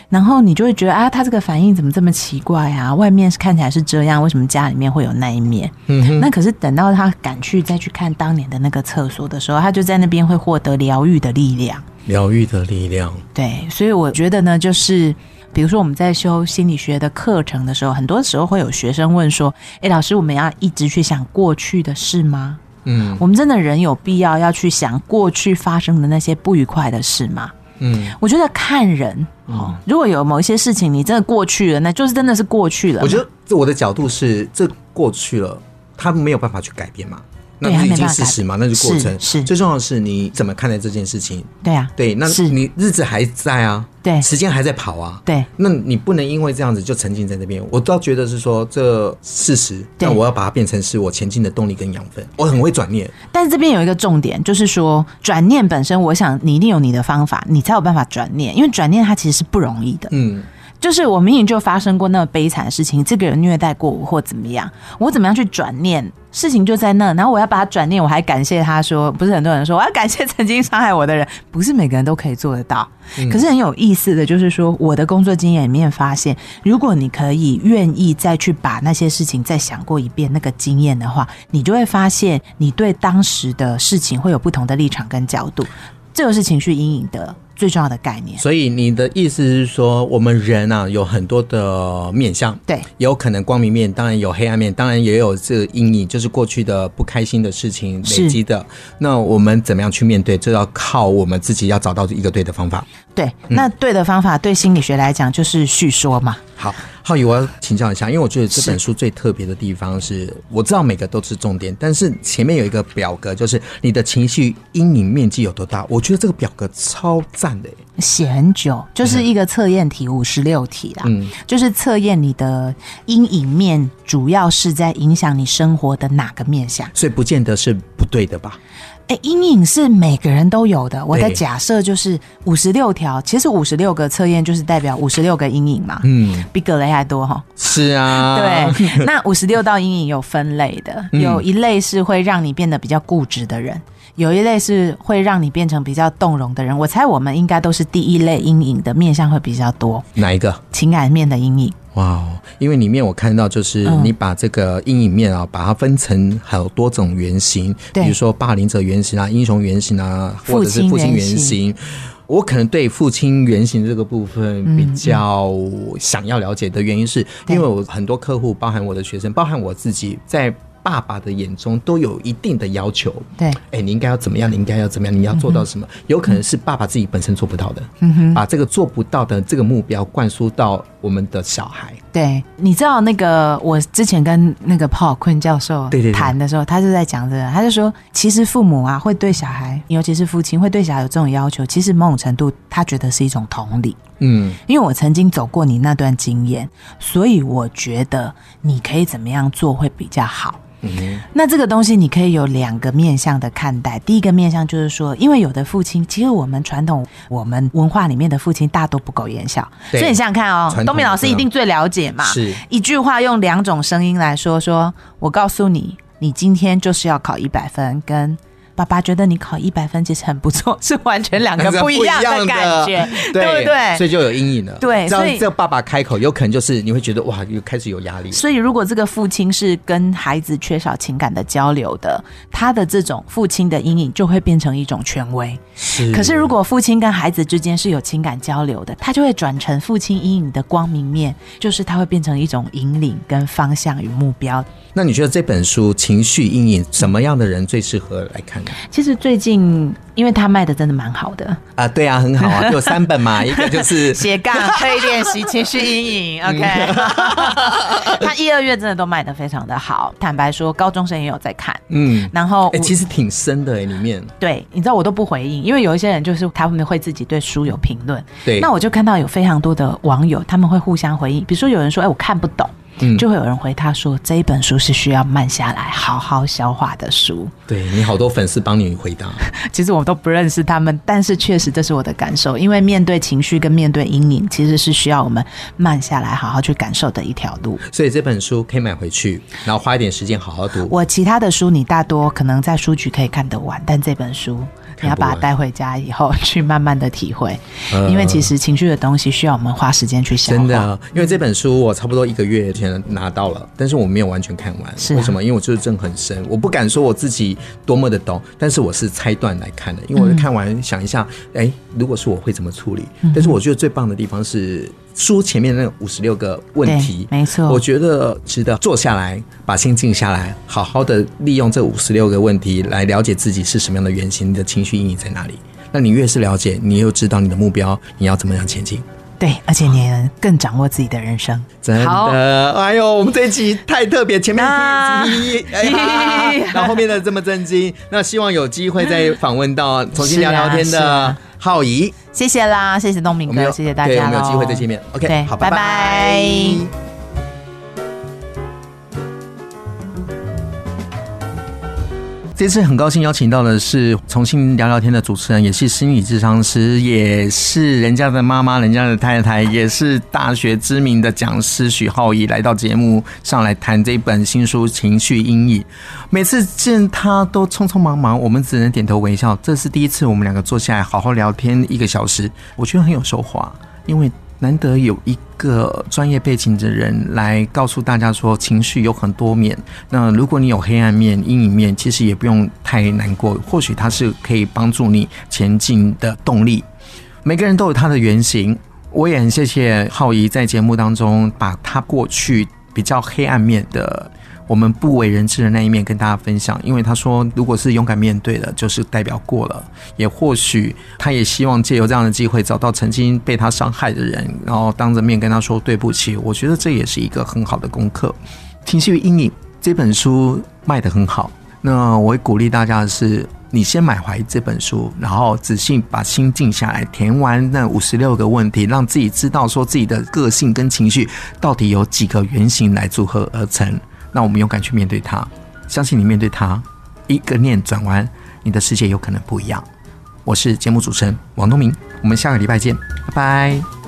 S4: 然后你就会觉得啊，他这个反应怎么这么奇怪啊？外面是看起来是这样，为什么家里面会有那一面？嗯，那可是等到他赶去再去看当年的那个厕所的时候，他就在那边会获得疗愈的力量。
S3: 疗愈的力量，
S4: 对，所以我觉得呢，就是比如说我们在修心理学的课程的时候，很多时候会有学生问说：“诶，老师，我们要一直去想过去的事吗？
S3: 嗯
S4: 我们真的人有必要要去想过去发生的那些不愉快的事吗？”
S3: 嗯，
S4: 我觉得看人哦，如果有某一些事情你真的过去了，那就是真的是过去了。
S3: 我觉得这我的角度是，这过去了，他没有办法去改变嘛，那
S4: 对他
S3: 是已
S4: 没
S3: 经
S4: 办法
S3: 事
S4: 改
S3: 实嘛，那是过
S4: 是
S3: 程，
S4: 是
S3: 最重要的是你怎么看待这件事情，
S4: 对啊，
S3: 对，那
S4: 是
S3: 你日子还在啊，
S4: 对
S3: 时间还在跑啊，
S4: 对
S3: 那你不能因为这样子就沉浸在那边。我倒觉得是说这事实，
S4: 对
S3: 那我要把它变成是我前进的动力跟养分。我很会转念，
S4: 但是这边有一个重点，就是说转念本身，我想你一定有你的方法，你才有办法转念，因为转念它其实是不容易的。
S3: 嗯，
S4: 就是我明明就发生过那么悲惨的事情，这个人虐待过我或怎么样，我怎么样去转念？事情就在那，然后我要把它转念，我还感谢他说，不是很多人说我要感谢曾经伤害我的人，不是每个人都可以做得到。可是很有意思的，就是说我的工作经验里面发现，如果你可以愿意再去把那些事情再想过一遍那个经验的话，你就会发现你对当时的事情会有不同的立场跟角度，这就是情绪阴影的最重要的概念。
S3: 所以你的意思是说，我们人啊有很多的面相，
S4: 对
S3: 有可能光明面，当然有黑暗面，当然也有这个阴影，就是过去的不开心的事情累
S4: 是
S3: 积的。那我们怎么样去面对，这要靠我们自己要找到一个对的方法。
S4: 对，
S3: 嗯
S4: 那对的方法对心理学来讲就是叙说嘛。
S3: 好，浩宇，我要请教一下，因为我觉得这本书最特别的地方是，我知道每个都是重点，但是前面有一个表格，就是你的情绪阴影面积有多大？我觉得这个表格超赞的耶、
S4: 写很久，就是一个测验题，五十六题啦，
S3: 嗯
S4: 就是测验你的阴影面，主要是在影响你生活的哪个面向。
S3: 所以不见得是不对的吧？
S4: 哎，阴影是每个人都有的。我的
S3: 对
S4: 假设就是五十六条，其实五十六个测验就是代表五十六个阴影嘛，
S3: 嗯，
S4: 比葛雷还多哈。
S3: 是啊，， 嗯
S4: 对， 那五十六道阴影有分类的，有一类是会让你变得比较固执的人。有一类是会让你变成比较动容的人，我猜我们应该都是第一类阴影的面向会比较多，
S3: 哪一个？
S4: 情感面的阴影。
S3: 哇哦，因为里面我看到就是
S4: 嗯
S3: 你把这个阴影面啊，把它分成好多种原型，
S4: 对
S3: 比如说霸凌者原型啊、英雄原型啊，或者是父
S4: 父
S3: 亲
S4: 亲
S3: 原
S4: 原型
S3: 型。我可能对父亲原型这个部分比较想要了解的原因是，
S4: 对
S3: 因为我很多客户，包含我的学生，包含我自己，在爸爸的眼中都有一定的要求。
S4: 对，
S3: 哎、你应该要怎么样？你应该要怎么样？你要做到什
S4: 嗯
S3: 么？有可能是爸爸自己本身做不到的，嗯哼，把这个做不到的这个目标灌输到我们的小孩。
S4: 对，你知道那个我之前跟那个鲍尔坤教授
S3: 对对对
S4: 谈的时候，他就在讲这个，他就说，其实父母啊会对小孩，尤其是父亲会对小孩有这种要求，其实某种程度他觉得是一种同理，
S3: 嗯，
S4: 因为我曾经走过你那段经验，所以我觉得你可以怎么样做会比较好。
S3: 嗯
S4: 那这个东西你可以有两个面向的看待。第一个面向就是说，因为有的父亲，其实我们传统我们文化里面的父亲大多不苟言笑，
S3: 对
S4: 所以你想想看哦
S3: 传，统
S4: 东明老师一定最了解嘛。
S3: 是
S4: 一句话用两种声音来说，说我告诉你，你今天就是要考一百分，跟爸爸觉得你考一百分其实很不错， 是完全两 个不一样的感觉，
S3: 对
S4: 对不对？
S3: 所以就有阴影了。
S4: 对
S3: 这
S4: 所
S3: 样
S4: 以
S3: 这爸爸开口，有可能就是你会觉得哇，又开始有压力。
S4: 所以，如果这个父亲是跟孩子缺少情感的交流的，他的这种父亲的阴影就会变成一种权威。
S3: 是
S4: 可是，如果父亲跟孩子之间是有情感交流的，他就会转成父亲阴影的光明面，就是他会变成一种引领、跟方向与目标。
S3: 那你觉得这本书《情绪阴影》什么样的人最适合来看呢？
S4: 其实最近，因为他卖的真的蛮好的，
S3: 啊，对啊，很好啊， 就有三本嘛，一个就是
S4: 斜杠可以练习情绪阴 影。OK，他一、二月真的都卖的非常的好。坦白说，高中生也有在看。
S3: 嗯，
S4: 然后我，
S3: 哎、其实挺深的哎、里面
S4: 对，你知道我都不回应，因为有一些人就是他们会自己对书有评论。
S3: 对
S4: 那我就看到有非常多的网友，他们会互相回应，比如说有人说：“哎，我看不懂。”
S3: 嗯
S4: 就会有人回他说：“这一本书是需要慢下来，好好消化的书。
S3: 对你好多粉丝帮你回答，”
S4: 其实我都不认识他们，但是确实这是我的感受，因为面对情绪跟面对阴影，其实是需要我们慢下来，好好去感受的一条路。
S3: 所以这本书可以买回去，然后花一点时间好好读。
S4: 我其他的书你大多可能在书局可以看得完，但这本书你要把它带回家以后去慢慢的体会，因为其实情绪的东西需要我们花时间去消
S3: 嗯
S4: 化。
S3: 真的啊，因为这本书我差不多一个月前拿到了，但是我没有完全看完。
S4: 是啊
S3: 为什么？因为我就是正很深，我不敢说我自己多么的懂，但是我是拆段来看的，因为我看完想一下，
S4: 嗯
S3: 哎、如果是我会怎么处理？但是我觉得最棒的地方是。书前面那五十六个问题，
S4: 对没错
S3: 我觉得值得坐下来，把心静下来，好好的利用这五十六个问题来了解自己是什么样的原型，你的情绪阴影在哪里。那你越是了解，你又知道你的目标，你要怎么样前进。
S4: 对，而且你能更掌握自己的人生。
S3: 真
S4: 好
S3: 的，哎呦，我们这一集太特别，前面
S4: 啊
S3: 一集，哎呀然后后面的这么震惊，那希望有机会再访问 到重新聊聊天
S4: 是啊是
S3: 的
S4: 啊
S3: 浩怡，
S4: 谢谢啦，谢谢东明
S3: 我们
S4: 哥，
S3: 有
S4: 谢谢大
S3: 对
S4: 家
S3: 我们有机会再见
S4: 面。
S3: 面，OK，
S4: 对
S3: 好，
S4: 拜
S3: 拜
S4: 拜
S3: 这次很高兴邀请到的是重新聊聊天的主持人，也是心理智商师，也是人家的妈妈、人家的太太，也是大学知名的讲师许浩怡来到节目上来谈这本新书《情绪阴影》。每次见他都匆匆忙忙，我们只能点头微笑。这是第一次我们两个坐下来好好聊天一个小时，我觉得很有收获啊，因为难得有一个专业背景的人来告诉大家说，情绪有很多面。那如果你有黑暗面、阴影面，其实也不用太难过，或许它是可以帮助你前进的动力。每个人都有他的原型，我也很谢谢浩怡在节目当中把他过去比较黑暗面的。我们不为人知的那一面跟大家分享，因为他说，如果是勇敢面对的，就是代表过了。也或许他也希望借由这样的机会，找到曾经被他伤害的人，然后当着面跟他说对不起。我觉得这也是一个很好的功课。《情绪阴影》这本书卖得很好，那我会鼓励大家的是，你先买回这本书，然后仔细把心静下来，填完那五十六个问题，让自己知道说自己的个性跟情绪到底有几个原型来组合而成。那我们勇敢去面对它，相信你面对它，一个念转弯，你的世界有可能不一样。我是节目主持人王东明，我们下个礼拜见，拜拜。